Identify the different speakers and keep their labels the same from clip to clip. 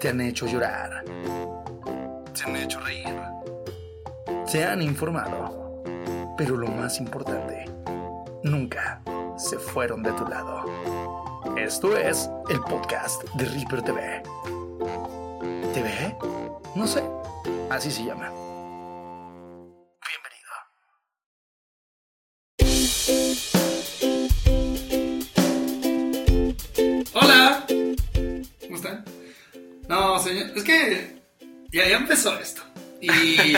Speaker 1: Te han hecho llorar. Te han hecho reír. Te han informado. Pero lo más importante, nunca se fueron de tu lado. Esto es el podcast de Reaper TV. ¿TV? No sé. Así se llama. Bienvenido.
Speaker 2: Hola. ¿Cómo están? No, señor, es que ya, ya empezó esto. Y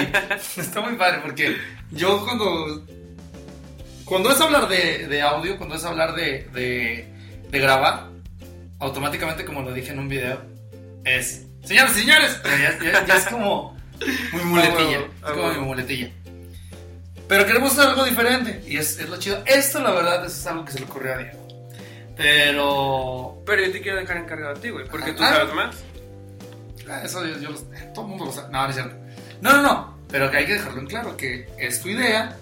Speaker 2: está muy padre porque yo cuando... Cuando es hablar de, de audio, cuando es hablar de, de, de grabar, automáticamente, como lo dije en un video, es... Señores, señores, pero ya, ya- ya es como muy muletilla.
Speaker 3: huevo, a
Speaker 2: es como
Speaker 3: huevo.
Speaker 2: mi muletilla. Pero queremos hacer algo diferente y es, es lo chido. Esto, la verdad, es algo que se le ocurrió a Diego. Pero
Speaker 3: Pero yo te quiero dejar encargado a ti, güey, porque tú
Speaker 2: Ah.
Speaker 3: sabes más.
Speaker 2: Ah, Eso yo, yo lo- todo el mundo lo sabe. No, no es cierto. No, no, no. Pero que hay que dejarlo en claro que es tu idea.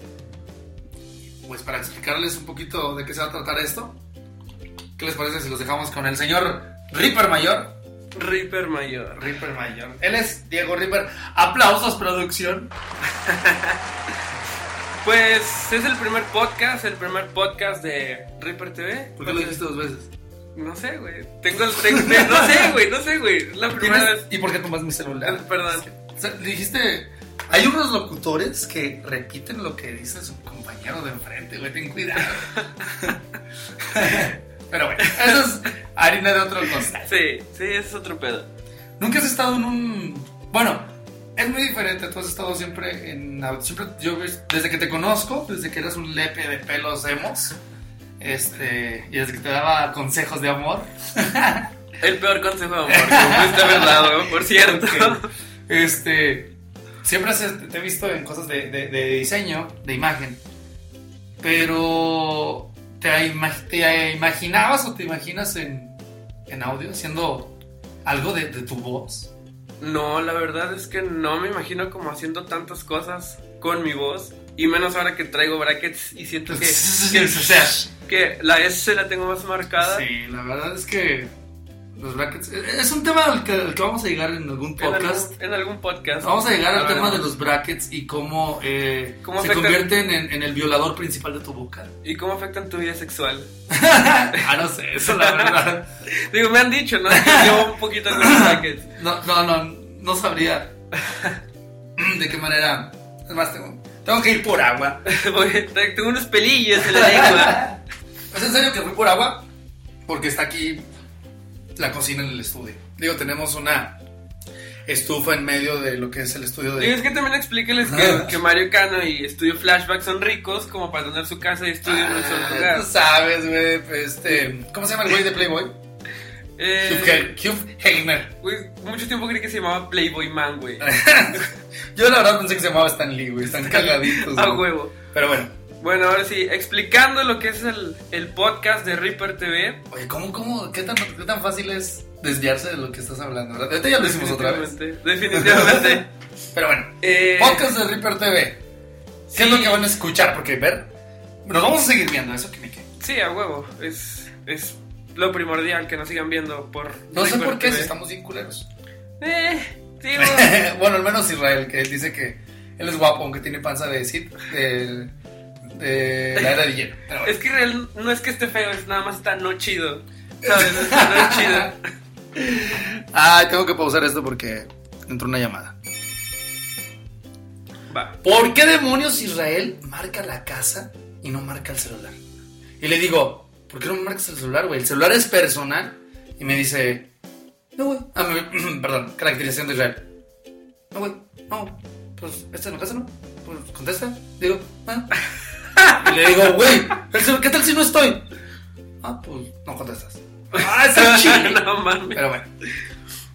Speaker 2: Pues para explicarles un poquito de qué se va a tratar esto, ¿qué les parece si los dejamos con el señor Reaper Mayor?
Speaker 3: Reaper Mayor.
Speaker 2: Reaper Mayor. Él es Diego Reaper. Aplausos, producción.
Speaker 3: Pues es el primer podcast, el primer podcast de Reaper TV.
Speaker 2: ¿Por qué lo dijiste dos veces?
Speaker 3: No sé, güey. Tengo el tengo- No sé, güey, no sé, güey. Es La primera
Speaker 2: ¿Tienes-
Speaker 3: vez. Ah,
Speaker 2: ¿Y por qué tomas mi celular?
Speaker 3: Perdón.
Speaker 2: O sea, dijiste. Hay unos locutores que repiten lo que dice su compañero de enfrente, güey, ten cuidado. Pero bueno, eso es harina de otro costal.
Speaker 3: Sí, sí, ese es otro pedo.
Speaker 2: Nunca has estado en un. Bueno, es muy diferente. Tú has estado siempre en. Siempre, yo desde que te conozco, desde que eras un lepe de pelos hemos, este, y desde que te daba consejos de amor.
Speaker 3: El peor consejo de amor que me pudiste haber dado, güey, por cierto.
Speaker 2: Ok. Este. Siempre se- te he visto en cosas de, de- de diseño, de imagen. Pero. ¿Te, ima- te imaginabas o te imaginas en, en audio haciendo algo de, de tu voz?
Speaker 3: No, la verdad es que no me imagino como haciendo tantas cosas con mi voz. Y menos ahora que traigo brackets y siento que,
Speaker 2: O sea,
Speaker 3: que, que la S la tengo más marcada.
Speaker 2: sí, la verdad es que los brackets. e-, Es un tema al que, al que vamos a llegar en algún
Speaker 3: En algún-
Speaker 2: podcast.
Speaker 3: En, algún podcast.
Speaker 2: Vamos a llegar al
Speaker 3: La
Speaker 2: tema de
Speaker 3: verdad.
Speaker 2: los brackets y cómo, eh,
Speaker 3: ¿Cómo
Speaker 2: se
Speaker 3: afecta el-
Speaker 2: convierten en, en el violador principal de tu boca.
Speaker 3: ¿Y cómo afectan tu vida sexual?
Speaker 2: ah, no sé, eso la verdad.
Speaker 3: Digo, me han dicho, ¿no? Que llevo un poquito con los brackets.
Speaker 2: No, no, no, no sabría de qué manera. Es más, tengo, tengo que ir por agua.
Speaker 3: Porque tengo unos pelillos en la lengua.
Speaker 2: ¿Es en serio que fui por agua? Porque está aquí la cocina en el estudio. Digo, tenemos una estufa en medio de lo que es el estudio
Speaker 3: Digo,
Speaker 2: de...
Speaker 3: es que también explíquenles que, que Mario Cano y Estudio Flashback son ricos como para tener su casa y estudio en un solo
Speaker 2: Ah,
Speaker 3: lugar.
Speaker 2: tú sabes, güey, pues, este... ¿Cómo se llama el güey de Playboy? Hugh
Speaker 3: Eh,
Speaker 2: He- Hugh Hefner.
Speaker 3: güey, mucho tiempo creí que se llamaba Playboy Man, güey.
Speaker 2: Ah, Yo la verdad pensé que se llamaba Stan Lee, güey. Están cagaditos,
Speaker 3: A
Speaker 2: güey.
Speaker 3: huevo.
Speaker 2: Pero bueno.
Speaker 3: Bueno, ahora sí, explicando lo que es el, el podcast de Reaper TV.
Speaker 2: Oye, ¿cómo, cómo, qué tan, qué tan fácil es desviarse de lo que estás hablando, verdad? Ahorita ya lo hicimos otra vez.
Speaker 3: Definitivamente. Definitivamente.
Speaker 2: Pero bueno,
Speaker 3: Eh,
Speaker 2: podcast de Reaper TV. ¿Qué
Speaker 3: sí.
Speaker 2: es lo que van a escuchar? Porque ver, nos vamos a seguir viendo, eso que me queda.
Speaker 3: Sí, a huevo. Es, es lo primordial que nos sigan viendo por.
Speaker 2: No sé
Speaker 3: Reaper
Speaker 2: por qué,
Speaker 3: TV.
Speaker 2: si estamos bien culeros.
Speaker 3: Eh, sí, güey.
Speaker 2: bueno, al menos Israel, que él dice que él es guapo, aunque tiene panza de Sid, de, de la era de hielo. Pero bueno.
Speaker 3: Es que real, no es que esté feo, es nada más está no chido. ¿Sabes? Está no chido.
Speaker 2: Ay, tengo que pausar esto porque entró una llamada.
Speaker 3: Va.
Speaker 2: ¿Por qué demonios Israel marca la casa y no marca el celular? Y le digo, ¿por qué no me marcas el celular, güey? El celular es personal. Y me dice, no, güey. Ah, me- perdón, caracterización de Israel. No, güey, no. Pues, esta es la casa, ¿no? Pues, contesta. Digo, ah. Y le digo, güey, el cel- ¿qué tal si no estoy? Ah, pues, no contestas. Ah, es el chile.
Speaker 3: no mames.
Speaker 2: Pero bueno.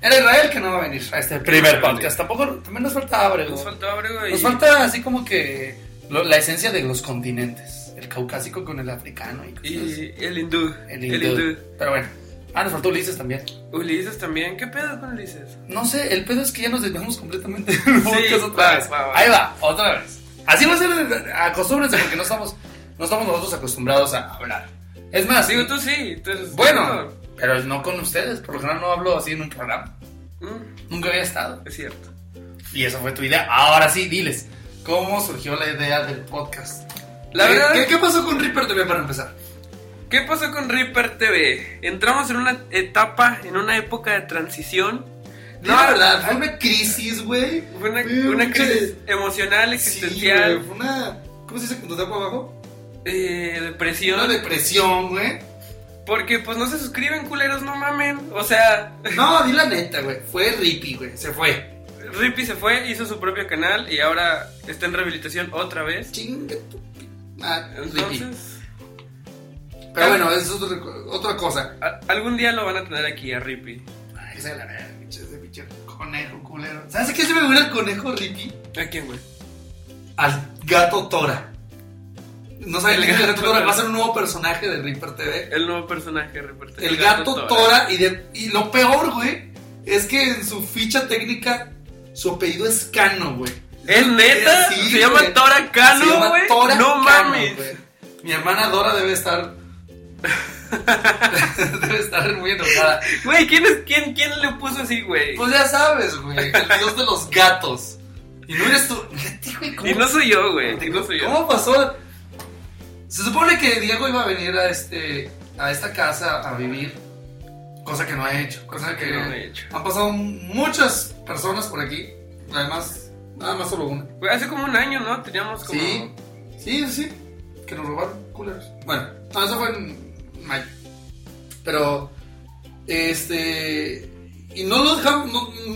Speaker 2: Era Israel que no va a venir a este primer podcast. Tampoco, también nos falta Abrego.
Speaker 3: Nos faltó abrigo y.
Speaker 2: Nos falta así como que lo- la esencia de los continentes. El caucásico con el africano y, cosas.
Speaker 3: Y el hindú.
Speaker 2: el, hindú. Pero bueno. Ah, nos faltó Ulises también.
Speaker 3: Ulises también. ¿Qué pedo con Ulises?
Speaker 2: No sé, el pedo es que ya nos desviamos completamente del podcast otra
Speaker 3: va,
Speaker 2: vez.
Speaker 3: va, va.
Speaker 2: Ahí va, otra vez. Así va a ser, acostúmbrense porque no estamos, no estamos nosotros acostumbrados a hablar. Es más,
Speaker 3: Digo, tú sí. tú eres-
Speaker 2: bueno, pero no con ustedes, por lo general no hablo así en un programa.
Speaker 3: Mm,
Speaker 2: Nunca había estado.
Speaker 3: es cierto.
Speaker 2: Y esa fue tu idea. Ahora sí, diles. ¿Cómo surgió la idea del podcast?
Speaker 3: La
Speaker 2: ¿Qué-
Speaker 3: verdad-
Speaker 2: Eh, ¿Qué, qué pasó con Reaper TV para empezar?
Speaker 3: ¿Qué pasó con Reaper TV? Entramos en una etapa, en una época de transición.
Speaker 2: Di la verdad, fue una crisis, güey.
Speaker 3: Fue una,
Speaker 2: Fue
Speaker 3: una
Speaker 2: mucha-
Speaker 3: crisis emocional,
Speaker 2: Sí,
Speaker 3: existencial,
Speaker 2: güey, fue una... ¿Cómo se dice cuando está para abajo?
Speaker 3: eh, depresión.
Speaker 2: Una depresión, güey.
Speaker 3: Porque pues no se suscriben, culeros, no mamen. O sea,
Speaker 2: No, di la neta, güey. Fue Rippy, güey. Se fue.
Speaker 3: Rippy se fue, hizo su propio canal y ahora está en rehabilitación otra vez.
Speaker 2: Chinga tu... pi- Ah, Rippy.
Speaker 3: Entonces,
Speaker 2: Pero bueno, eso es otra- otra cosa.
Speaker 3: a- algún día lo van a tener aquí a Rippy.
Speaker 2: Ay, esa es la verga, pinche, ese pinche conejo culero. ¿Sabes a qué se me huele el conejo Rippy?
Speaker 3: ¿A quién, güey?
Speaker 2: Al gato Tora. No sabes, el
Speaker 3: El
Speaker 2: gato,
Speaker 3: gato
Speaker 2: Tora
Speaker 3: Tora.
Speaker 2: va a ser un nuevo personaje de Reaper TV.
Speaker 3: Eh, El nuevo personaje de Reaper TV.
Speaker 2: El gato Tora, y, de- y lo peor, güey, es que en su ficha técnica su apellido es Cano, güey.
Speaker 3: ¿Es neta?
Speaker 2: Sí,
Speaker 3: se llama
Speaker 2: güey.
Speaker 3: Tora
Speaker 2: Se llama
Speaker 3: Cano, güey.
Speaker 2: Tora
Speaker 3: Ah,
Speaker 2: Cano,
Speaker 3: No mames.
Speaker 2: güey. Mi hermana Dora debe estar. debe estar muy enojada.
Speaker 3: Güey, ¿quién, es, quién, ¿quién le puso así, güey?
Speaker 2: Pues ya sabes, güey, el dios de los gatos. Y no eres tú. Fíjate, güey, ¿cómo
Speaker 3: y no soy yo, güey. Y no soy yo.
Speaker 2: ¿Cómo pasó? Se supone que Diego iba a venir a este a esta casa a vivir, cosa que no ha hecho, cosa que
Speaker 3: No he hecho.
Speaker 2: han pasado muchas personas por aquí, además nada más solo una.
Speaker 3: Güey, Pues, hace como un año, ¿no? Teníamos como.
Speaker 2: Sí, sí, sí, que nos robaron culeros. Bueno, no, eso fue en mayo, pero este y no lo dejamos, no,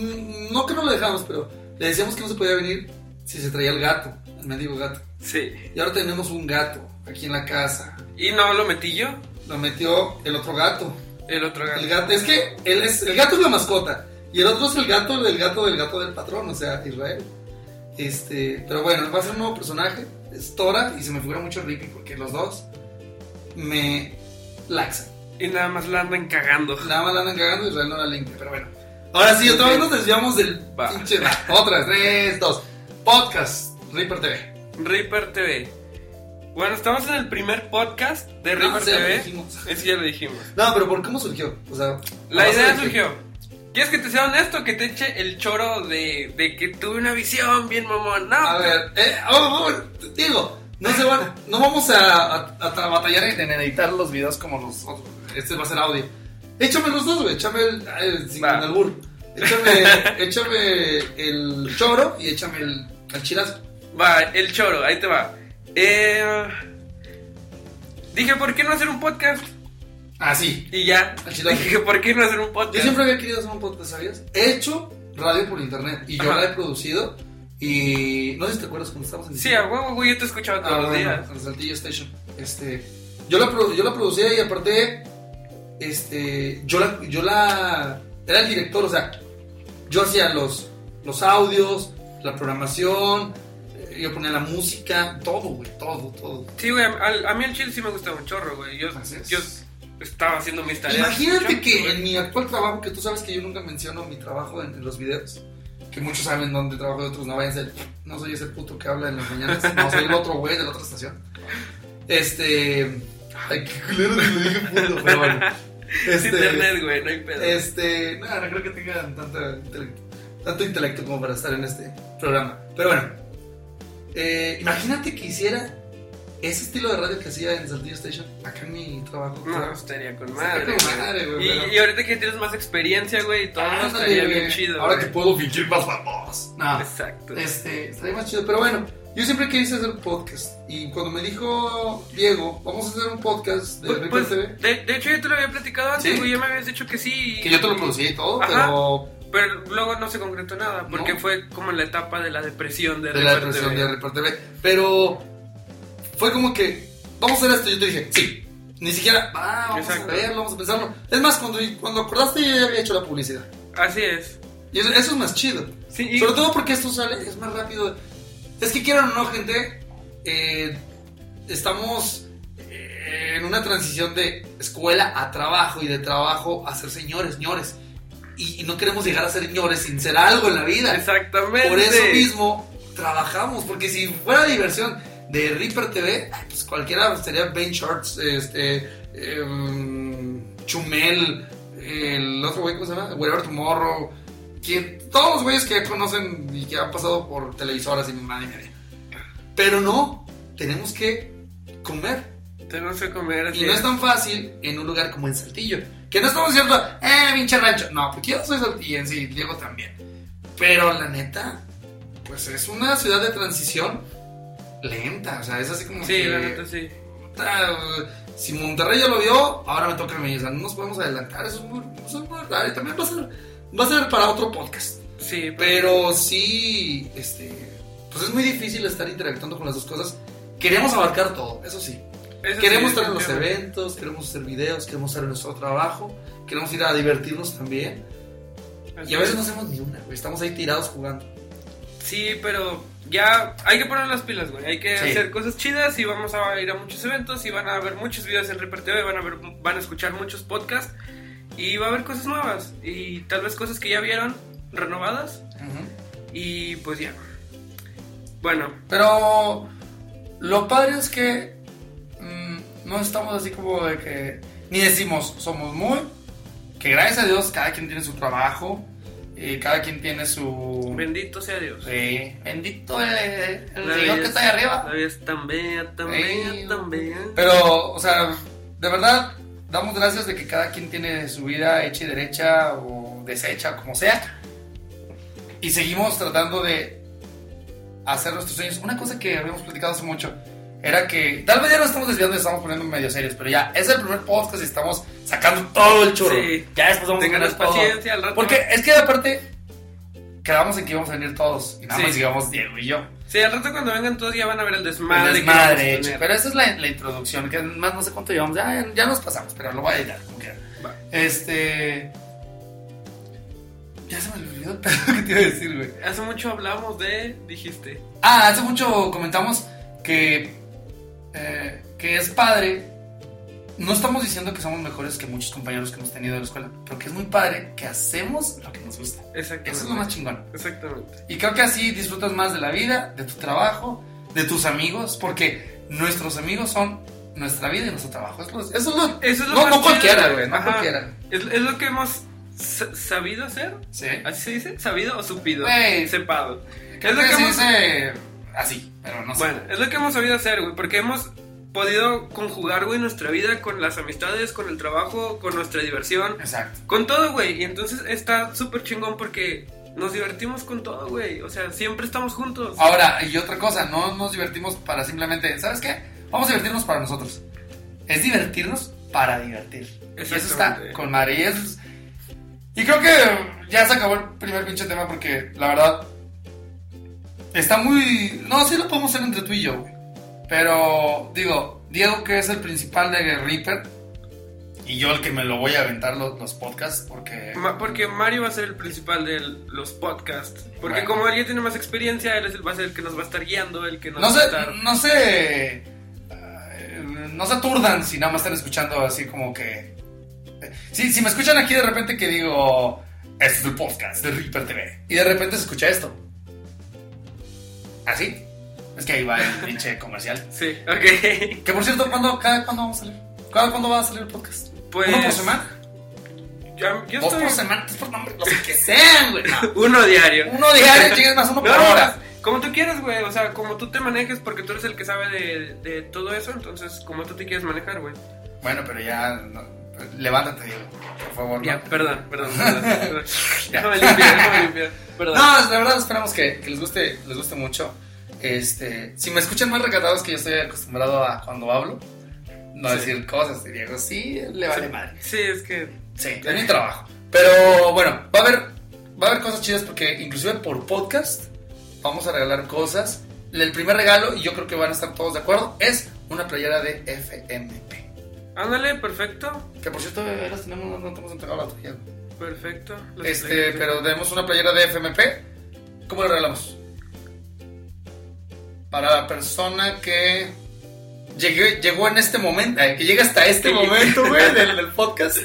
Speaker 2: no que no lo dejamos, pero le decíamos que no se podía venir si se traía el gato, el mendigo gato.
Speaker 3: Sí.
Speaker 2: Y ahora tenemos un gato aquí en la casa.
Speaker 3: Y no lo metí yo.
Speaker 2: Lo metió el otro gato.
Speaker 3: El otro gato.
Speaker 2: El gato es que él es el gato es la mascota y el otro es el gato del gato del gato del patrón, o sea, Israel. Este, pero bueno, va a ser un nuevo personaje, es Tora y se me figura mucho Rippy porque los dos me laxan.
Speaker 3: Y nada más la andan cagando.
Speaker 2: Nada más la andan cagando y Israel no la limpia, pero bueno. Ahora sí, otra vez nos desviamos del
Speaker 3: Va.
Speaker 2: pinche va. Otra, tres, dos. Podcast Reaper TV.
Speaker 3: Reaper TV. Bueno, estamos en el primer podcast de
Speaker 2: No,
Speaker 3: Reaper
Speaker 2: o sea, lo
Speaker 3: TV.
Speaker 2: dijimos.
Speaker 3: Es que ya lo dijimos.
Speaker 2: No, pero ¿por cómo surgió? O sea,
Speaker 3: La
Speaker 2: ¿cómo
Speaker 3: idea surgió. ¿Quieres que te sea honesto? Que te eche el choro de, de que tuve una visión bien mamón. No,
Speaker 2: A ver, eh, oh, oh, Diego, no, se van, no vamos a, a- a batallar en, en editar los videos como los otros. Este va a ser audio. Échame los dos, güey. Échame el, ah, el- sin
Speaker 3: Va.
Speaker 2: albur. Échame, échame el choro y échame el, el chilazo.
Speaker 3: Va, el choro, ahí te va. Eh, dije, ¿por qué no hacer un podcast?
Speaker 2: Ah, sí.
Speaker 3: Y ya.
Speaker 2: Al chilazo.
Speaker 3: Dije, ¿por qué no hacer un
Speaker 2: Yo
Speaker 3: podcast?
Speaker 2: siempre había querido hacer un podcast, ¿sabías? He hecho radio por internet y yo
Speaker 3: Ajá.
Speaker 2: la he producido. Y no sé si te acuerdas cuando estábamos en
Speaker 3: Sí, a huevo, güey, yo te escuchaba todos
Speaker 2: Ah,
Speaker 3: los
Speaker 2: bueno,
Speaker 3: días.
Speaker 2: en Saltillo Station. Este, yo la, produ- yo la producía y aparte, este, yo la, yo la, era el director, o sea, yo hacía los, los audios, la programación, eh, yo ponía la música, todo, güey, todo, todo.
Speaker 3: Sí, güey, al- a, mí el chile sí me gusta un chorro, güey. Yo,
Speaker 2: Así es.
Speaker 3: yo estaba haciendo mis tareas.
Speaker 2: ¿Ah, Imagínate
Speaker 3: escuchando,
Speaker 2: que
Speaker 3: güey.
Speaker 2: en mi actual trabajo, que tú sabes que yo nunca menciono mi trabajo en, en los videos, que muchos saben dónde trabajo y otros no vayan a ser, no soy ese puto que habla en las mañanas, no soy el otro güey de la otra estación. Este. Ay, qué culero que le dije puto, pero bueno.
Speaker 3: Es
Speaker 2: Este.
Speaker 3: internet, güey, no hay pedo.
Speaker 2: Este. No, no creo que tengan tanta intelecto- tanto intelecto como para estar en este programa. Pero bueno, eh, imagínate que hiciera ese estilo de radio que hacía en Saltillo Station, acá en mi trabajo.
Speaker 3: No, estaría con
Speaker 2: Estaría
Speaker 3: madre.
Speaker 2: con
Speaker 3: güey.
Speaker 2: madre, güey,
Speaker 3: y,
Speaker 2: pero-
Speaker 3: y ahorita que tienes más experiencia, güey, todo
Speaker 2: Ah, ándale,
Speaker 3: estaría
Speaker 2: güey.
Speaker 3: bien chido.
Speaker 2: Ahora
Speaker 3: güey.
Speaker 2: que puedo fingir más la voz. No,
Speaker 3: Exacto.
Speaker 2: este, estaría más chido. Pero bueno, yo siempre quise hacer podcast. Y cuando me dijo Diego, vamos a hacer un podcast de
Speaker 3: Pues-
Speaker 2: Rico
Speaker 3: pues,
Speaker 2: TV.
Speaker 3: de, de hecho, yo te lo había platicado antes,
Speaker 2: Sí.
Speaker 3: güey. Ya me habías dicho que sí. y-
Speaker 2: Que yo te lo producía y todo,
Speaker 3: Ajá.
Speaker 2: pero
Speaker 3: Pero luego no se concretó nada, porque
Speaker 2: No.
Speaker 3: fue como en la etapa de la depresión de,
Speaker 2: de la
Speaker 3: Rivera
Speaker 2: depresión
Speaker 3: TV.
Speaker 2: de Rico TV. Pero fue como que, vamos a hacer esto. Yo te dije, sí. Ni siquiera, ah, vamos
Speaker 3: Exacto.
Speaker 2: a verlo, vamos a pensarlo. Es más, cuando, cuando acordaste, yo ya había hecho la publicidad.
Speaker 3: Así es.
Speaker 2: Y eso, eso es más chido.
Speaker 3: Sí, y-
Speaker 2: Sobre todo porque esto sale, es más rápido. Es que quieran o no, gente, eh, estamos eh, en una transición de escuela a trabajo y de trabajo a ser señores, señores. Y, y no queremos llegar a ser señores sin ser algo en la vida.
Speaker 3: Exactamente.
Speaker 2: Por eso mismo trabajamos, porque si fuera diversión de Reaper TV, ay, pues cualquiera sería Ben Shorts, este, em, Chumel, el otro güey, ¿cómo se llama? Whatever Tomorrow, quien- todos los güeyes que ya conocen y que han pasado por televisoras y mi madre y media. Pero no, tenemos que comer.
Speaker 3: Tenemos que comer así.
Speaker 2: Y no es tan fácil en un lugar como en Saltillo. Que no estamos diciendo, eh, pinche rancho. No, porque yo soy saltillense y Diego también. Pero la neta, pues es una ciudad de transición lenta. O sea, es así como
Speaker 3: Sí,
Speaker 2: que,
Speaker 3: la neta sí.
Speaker 2: puta, Si Monterrey ya lo vio, ahora me toca a mí. O sea, no nos podemos adelantar. Eso es muy, eso es muy raro. Y también va a ser, va a ser para otro podcast.
Speaker 3: Sí,
Speaker 2: Pero sí, este, pues es muy difícil estar interactuando con las dos cosas. Queremos abarcar todo, eso sí.
Speaker 3: eso
Speaker 2: Queremos
Speaker 3: sí,
Speaker 2: estar en los
Speaker 3: definitivamente.
Speaker 2: eventos, queremos hacer videos, queremos hacer nuestro trabajo, queremos ir a divertirnos también. Y a veces no hacemos ni una, güey. Estamos ahí tirados jugando.
Speaker 3: Sí, pero ya hay que poner las pilas, güey. Hay que
Speaker 2: Sí.
Speaker 3: hacer cosas chidas y vamos a ir a muchos eventos y van a haber muchos videos en Reaper TV, van a, ver, van a escuchar muchos podcasts y va a haber cosas nuevas y tal vez cosas que ya vieron renovadas y pues ya. Bueno,
Speaker 2: Pero lo padre es que mm, no estamos así como de que ni decimos somos muy, que gracias a Dios cada quien tiene su trabajo, eh, cada quien tiene su...
Speaker 3: bendito sea Dios.
Speaker 2: Sí, bendito el, el
Speaker 3: La
Speaker 2: Señor
Speaker 3: vida
Speaker 2: que
Speaker 3: es-
Speaker 2: está ahí arriba.
Speaker 3: La vida es tan bella, tan
Speaker 2: Ey.
Speaker 3: bella, tan bella.
Speaker 2: Pero, o sea, de verdad, damos gracias de que cada quien tiene su vida hecha y derecha o deshecha, como sea. Y seguimos tratando de hacer nuestros sueños. Una cosa que habíamos platicado hace mucho era que tal vez ya nos estamos desviando y estamos poniendo medio serios, pero ya es el primer podcast y estamos sacando todo el churro.
Speaker 3: Sí.
Speaker 2: Ya después vamos a
Speaker 3: Tengan
Speaker 2: poner todo.
Speaker 3: paciencia al rato.
Speaker 2: Porque es que aparte quedamos en que íbamos a venir todos y nada
Speaker 3: Sí.
Speaker 2: más llegamos Diego y yo.
Speaker 3: Sí, al rato cuando vengan todos ya van a ver el
Speaker 2: Pues Madre,
Speaker 3: desmadre. que vamos a
Speaker 2: desmadre hecho.
Speaker 3: tener.
Speaker 2: Pero esa es la, la introducción, que más no sé cuánto llevamos. Ya, ya nos pasamos, pero lo voy a editar, como quiera.
Speaker 3: Va.
Speaker 2: Este. Ya se me olvidó el pedo que te iba a decir, güey.
Speaker 3: Hace mucho hablamos de, dijiste.
Speaker 2: Ah, hace mucho comentamos que. eh, que es padre. No estamos diciendo que somos mejores que muchos compañeros que hemos tenido de la escuela, pero que es muy padre que hacemos lo que nos gusta.
Speaker 3: Exactamente.
Speaker 2: Eso es lo más chingón.
Speaker 3: Exactamente.
Speaker 2: Y creo que así disfrutas más de la vida, de tu trabajo, de tus amigos, porque nuestros amigos son nuestra vida y nuestro trabajo. Es lo- Eso es lo.
Speaker 3: Eso es lo
Speaker 2: no,
Speaker 3: más
Speaker 2: no
Speaker 3: chido.
Speaker 2: cualquiera, güey. No
Speaker 3: Ajá.
Speaker 2: cualquiera.
Speaker 3: Es, es lo que hemos sa- sabido hacer.
Speaker 2: Sí.
Speaker 3: ¿Así se dice? ¿Sabido o supido?
Speaker 2: Güey.
Speaker 3: Sepado.
Speaker 2: Creo
Speaker 3: lo
Speaker 2: que
Speaker 3: que
Speaker 2: se
Speaker 3: hemos-
Speaker 2: dice así, pero no sé.
Speaker 3: Bueno, es lo que hemos sabido hacer, güey. Porque hemos podido conjugar, güey, nuestra vida con las amistades, con el trabajo, con nuestra diversión.
Speaker 2: Exacto.
Speaker 3: Con todo, güey. Y entonces está súper chingón porque nos divertimos con todo, güey. O sea, siempre estamos juntos.
Speaker 2: Ahora, y otra cosa, no nos divertimos para simplemente. ¿Sabes qué? Vamos a divertirnos para nosotros. Es divertirnos para divertir. Y eso está
Speaker 3: Exactamente.
Speaker 2: con madre. Y, eso es- y creo que ya se acabó el primer pinche tema porque la verdad está muy. No, sí lo podemos hacer entre tú y yo, güey. Pero digo, Diego, que es el principal de Reaper, y yo el que me lo voy a aventar los, los podcasts porque.
Speaker 3: Ma- porque Mario va a ser el principal de los podcasts. Porque
Speaker 2: Bueno.
Speaker 3: como él ya tiene más experiencia, él es el, va a ser el que nos va a estar guiando, el que nos
Speaker 2: No
Speaker 3: va a
Speaker 2: se,
Speaker 3: estar...
Speaker 2: no se, eh, no se aturdan si nada más están escuchando así como que... eh, Si, si me escuchan aquí de repente que digo, este es el podcast de Reaper TV. Y de repente se escucha esto. ¿Así? Es que ahí va el pinche comercial.
Speaker 3: Sí, ok.
Speaker 2: Que por cierto, ¿cuándo, cada, ¿cuándo vamos a salir? ¿Cada, ¿Cuándo va a salir el podcast?
Speaker 3: Pues...
Speaker 2: ¿Uno por semana?
Speaker 3: Ya- yo
Speaker 2: ¿Dos
Speaker 3: estoy...
Speaker 2: por semana? ¿Tres por nombre? Los que sean, güey. No.
Speaker 3: Uno diario.
Speaker 2: Uno diario, chingues más uno por
Speaker 3: No,
Speaker 2: hora.
Speaker 3: Como tú quieras, güey. O sea, como tú te manejes, porque tú eres el que sabe de, de todo eso. Entonces, como tú te quieres manejar, güey.
Speaker 2: Bueno, pero ya... no, levántate, Diego. Por favor.
Speaker 3: Ya,
Speaker 2: no.
Speaker 3: perdón, perdón. perdón, perdón. déjame limpiar, déjame limpiar. Perdón.
Speaker 2: No, la verdad esperamos que, que les guste, les guste mucho. Este, si me escuchan más recatados que yo estoy acostumbrado a cuando hablo, no
Speaker 3: Sí.
Speaker 2: decir cosas, y Diego, sí, le vale
Speaker 3: Sí.
Speaker 2: madre.
Speaker 3: Sí, es que...
Speaker 2: Sí, es mi trabajo. Pero bueno, va a haber va a haber cosas chidas porque inclusive por podcast vamos a regalar cosas. El primer regalo, y yo creo que van a estar todos de acuerdo, es una playera de FMP.
Speaker 3: Ándale, perfecto.
Speaker 2: Que por cierto, eh, las tenemos, no, no te hemos entregado la tuya.
Speaker 3: Perfecto. Los
Speaker 2: Este,
Speaker 3: play-
Speaker 2: pero tenemos una playera de FMP. ¿Cómo la regalamos? Para la persona que llegue- llegó en este momento, eh, que llega hasta este
Speaker 3: Sí.
Speaker 2: momento, güey, del, del podcast.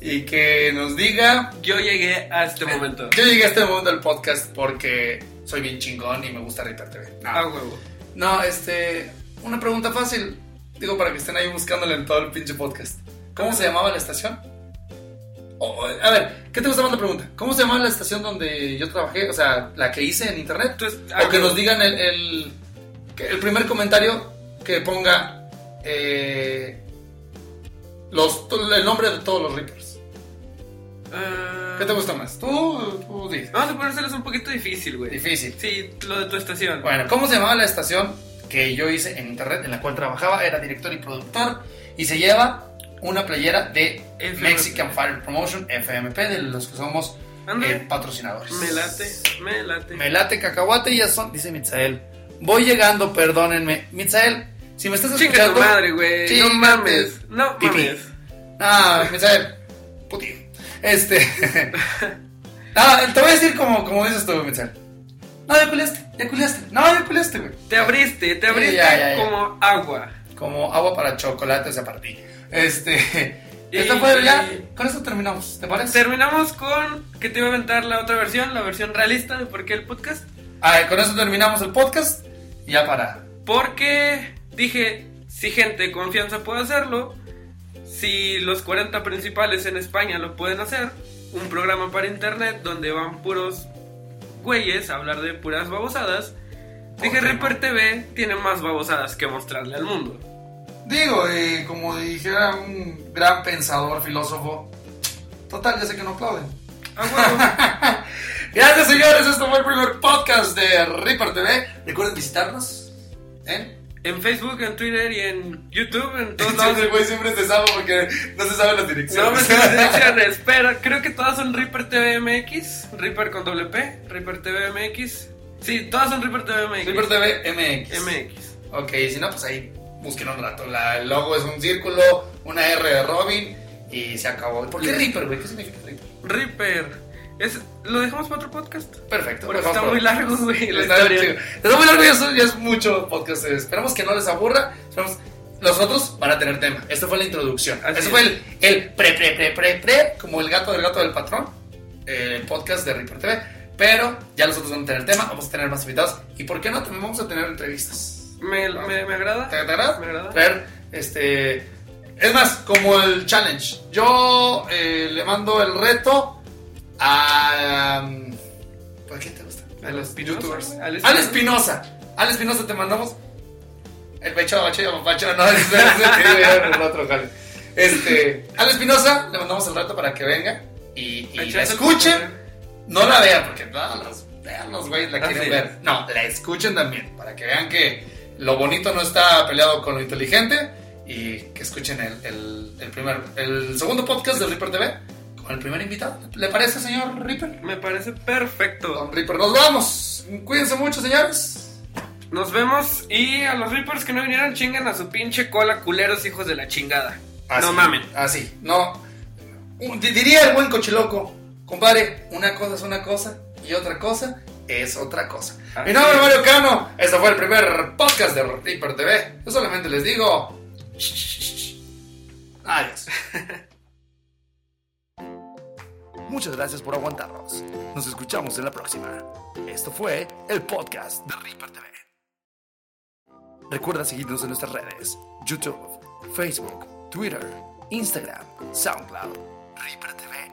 Speaker 2: Y que nos diga,
Speaker 3: Yo llegué a este momento.
Speaker 2: yo llegué a este momento del podcast porque soy bien chingón y me gusta Reaper TV. No,
Speaker 3: A huevo.
Speaker 2: no, este, una pregunta fácil. Digo, para que estén ahí buscándole en todo el pinche podcast. ¿Cómo se llamaba la estación? o- a ver, ¿qué te gusta más la pregunta? ¿Cómo se llama la estación donde yo trabajé? O sea, la que hice en internet.
Speaker 3: Entonces,
Speaker 2: O que nos digan el, el, que el primer comentario que ponga eh, los, el nombre de todos los Reapers.
Speaker 3: Ah,
Speaker 2: ¿Qué te gusta más? Tú, tú dices.
Speaker 3: Vamos a ponérselos un poquito difícil, güey.
Speaker 2: Difícil.
Speaker 3: Sí, lo de tu estación.
Speaker 2: Bueno, ¿cómo se llamaba la estación que yo hice en internet, en la cual trabajaba? Era director y productor y se lleva una playera de
Speaker 3: FMP.
Speaker 2: Mexican Fire Promotion, FMP, de los que somos
Speaker 3: Ándale.
Speaker 2: eh, patrocinadores.
Speaker 3: Me late, me late.
Speaker 2: Me late cacahuate y ya son, dice Mitzael. Voy llegando, perdónenme. Mitzael, si me estás
Speaker 3: Chinga
Speaker 2: escuchando...
Speaker 3: tu madre, güey. No
Speaker 2: Chíngate.
Speaker 3: mames. No
Speaker 2: Pipí.
Speaker 3: mames.
Speaker 2: Ah, Mitzael, putín. Este... ah, te voy a decir como, como dices tú, Mitzael. No, ya culiaste, ya culiaste. No, ya culiaste, güey.
Speaker 3: Te abriste, te
Speaker 2: Sí,
Speaker 3: abriste
Speaker 2: ya, ya, ya.
Speaker 3: como agua.
Speaker 2: como agua para chocolate o sea, para ti. Este.
Speaker 3: Y-
Speaker 2: esta fue ya.
Speaker 3: y-
Speaker 2: Con esto terminamos, ¿te parece?
Speaker 3: Terminamos con que te iba a aventar la otra versión, la versión realista de por qué el podcast.
Speaker 2: Ah, con eso terminamos el podcast. y Ya para.
Speaker 3: Porque dije, si gente de confianza puede hacerlo, si los 40 principales en España lo pueden hacer, un programa para internet donde van puros güeyes a hablar de puras babosadas, dije,
Speaker 2: qué no?
Speaker 3: Reaper TV tiene más babosadas que mostrarle al mundo.
Speaker 2: Digo, eh, como dijera un gran pensador, filósofo. Total, ya sé que no aplauden.
Speaker 3: A huevo.
Speaker 2: Gracias, señores. Este fue el primer podcast de Reaper TV. Recuerden visitarnos en.
Speaker 3: en Facebook, en Twitter y en YouTube, en todos lados.
Speaker 2: Entonces, güey, siempre se sabe porque no se sabe las
Speaker 3: No me
Speaker 2: direcciones.
Speaker 3: sé las direcciones, pero creo que todas son Reaper TVMX, Reaper con doble P, Reaper TVMX. Sí, todas son Reaper TVMX.
Speaker 2: Reaper TV MX.
Speaker 3: MX.
Speaker 2: Ok, si no, pues ahí busquen un rato. La- el logo es un círculo, una R de Robin y se acabó. ¿Por qué Reaper, güey? ¿Qué significa Reaper?
Speaker 3: Reaper. Es, ¿Lo dejamos para otro podcast?
Speaker 2: Perfecto.
Speaker 3: Porque
Speaker 2: mejor
Speaker 3: está
Speaker 2: pro-
Speaker 3: muy largo, güey, la
Speaker 2: Está bien
Speaker 3: historia.
Speaker 2: chido. Está muy largo y eso ya es mucho podcast. Esperamos que no les aburra. Esperamos... Los otros van a tener tema. Esto fue la introducción.
Speaker 3: Así
Speaker 2: Eso
Speaker 3: es.
Speaker 2: fue el, el pre, pre, pre, pre, pre, como el gato del gato del patrón, el podcast de Reaper TV. Pero ya los otros van a tener tema, vamos a tener más invitados y, ¿por qué no? También vamos a tener entrevistas.
Speaker 3: Me, me, me agrada.
Speaker 2: ¿Te, te agrada?
Speaker 3: Me agrada.
Speaker 2: Traer, este... Es más, como el challenge. Yo eh, le mando el reto a... um, ¿Por qué te gusta?
Speaker 3: A los Espinosa,
Speaker 2: youtubers.
Speaker 3: güey. Al
Speaker 2: Al
Speaker 3: Espinosa.
Speaker 2: Espinosa. Al Espinosa te mandamos... El pecho, bacho y apapacho, no, es- es- es- el otro, jale. Este, al Espinosa le mandamos el reto para que venga y, y
Speaker 3: A
Speaker 2: la
Speaker 3: echarse el
Speaker 2: escuchen.
Speaker 3: cotorreo.
Speaker 2: No la vean, porque no, los, vean los güeyes la
Speaker 3: Ah,
Speaker 2: quieren
Speaker 3: sí.
Speaker 2: ver. No, la escuchen también, para que vean que lo bonito no está peleado con lo inteligente y que escuchen el, el, el primer, el segundo podcast de Reaper TV con el primer invitado. ¿Le parece, señor Reaper?
Speaker 3: Me parece perfecto.
Speaker 2: Don Reaper, nos vamos. Cuídense mucho, señores.
Speaker 3: Nos vemos y a los Reapers que no vinieron chingan a su pinche cola culeros hijos de la chingada. No mamen.
Speaker 2: Así, no. Un- di- diría el buen cochiloco, compadre, una cosa es una cosa y otra cosa es otra cosa.
Speaker 3: Así
Speaker 2: Mi nombre es
Speaker 3: es.
Speaker 2: Mario Cano, este fue el primer podcast de Reaper TV. Yo solamente les digo... Adiós.
Speaker 1: Muchas gracias por aguantarnos. Nos escuchamos en la próxima. Esto fue el podcast de Reaper TV. Recuerda seguirnos en nuestras redes: YouTube, Facebook, Twitter, Instagram, SoundCloud, Reaper TV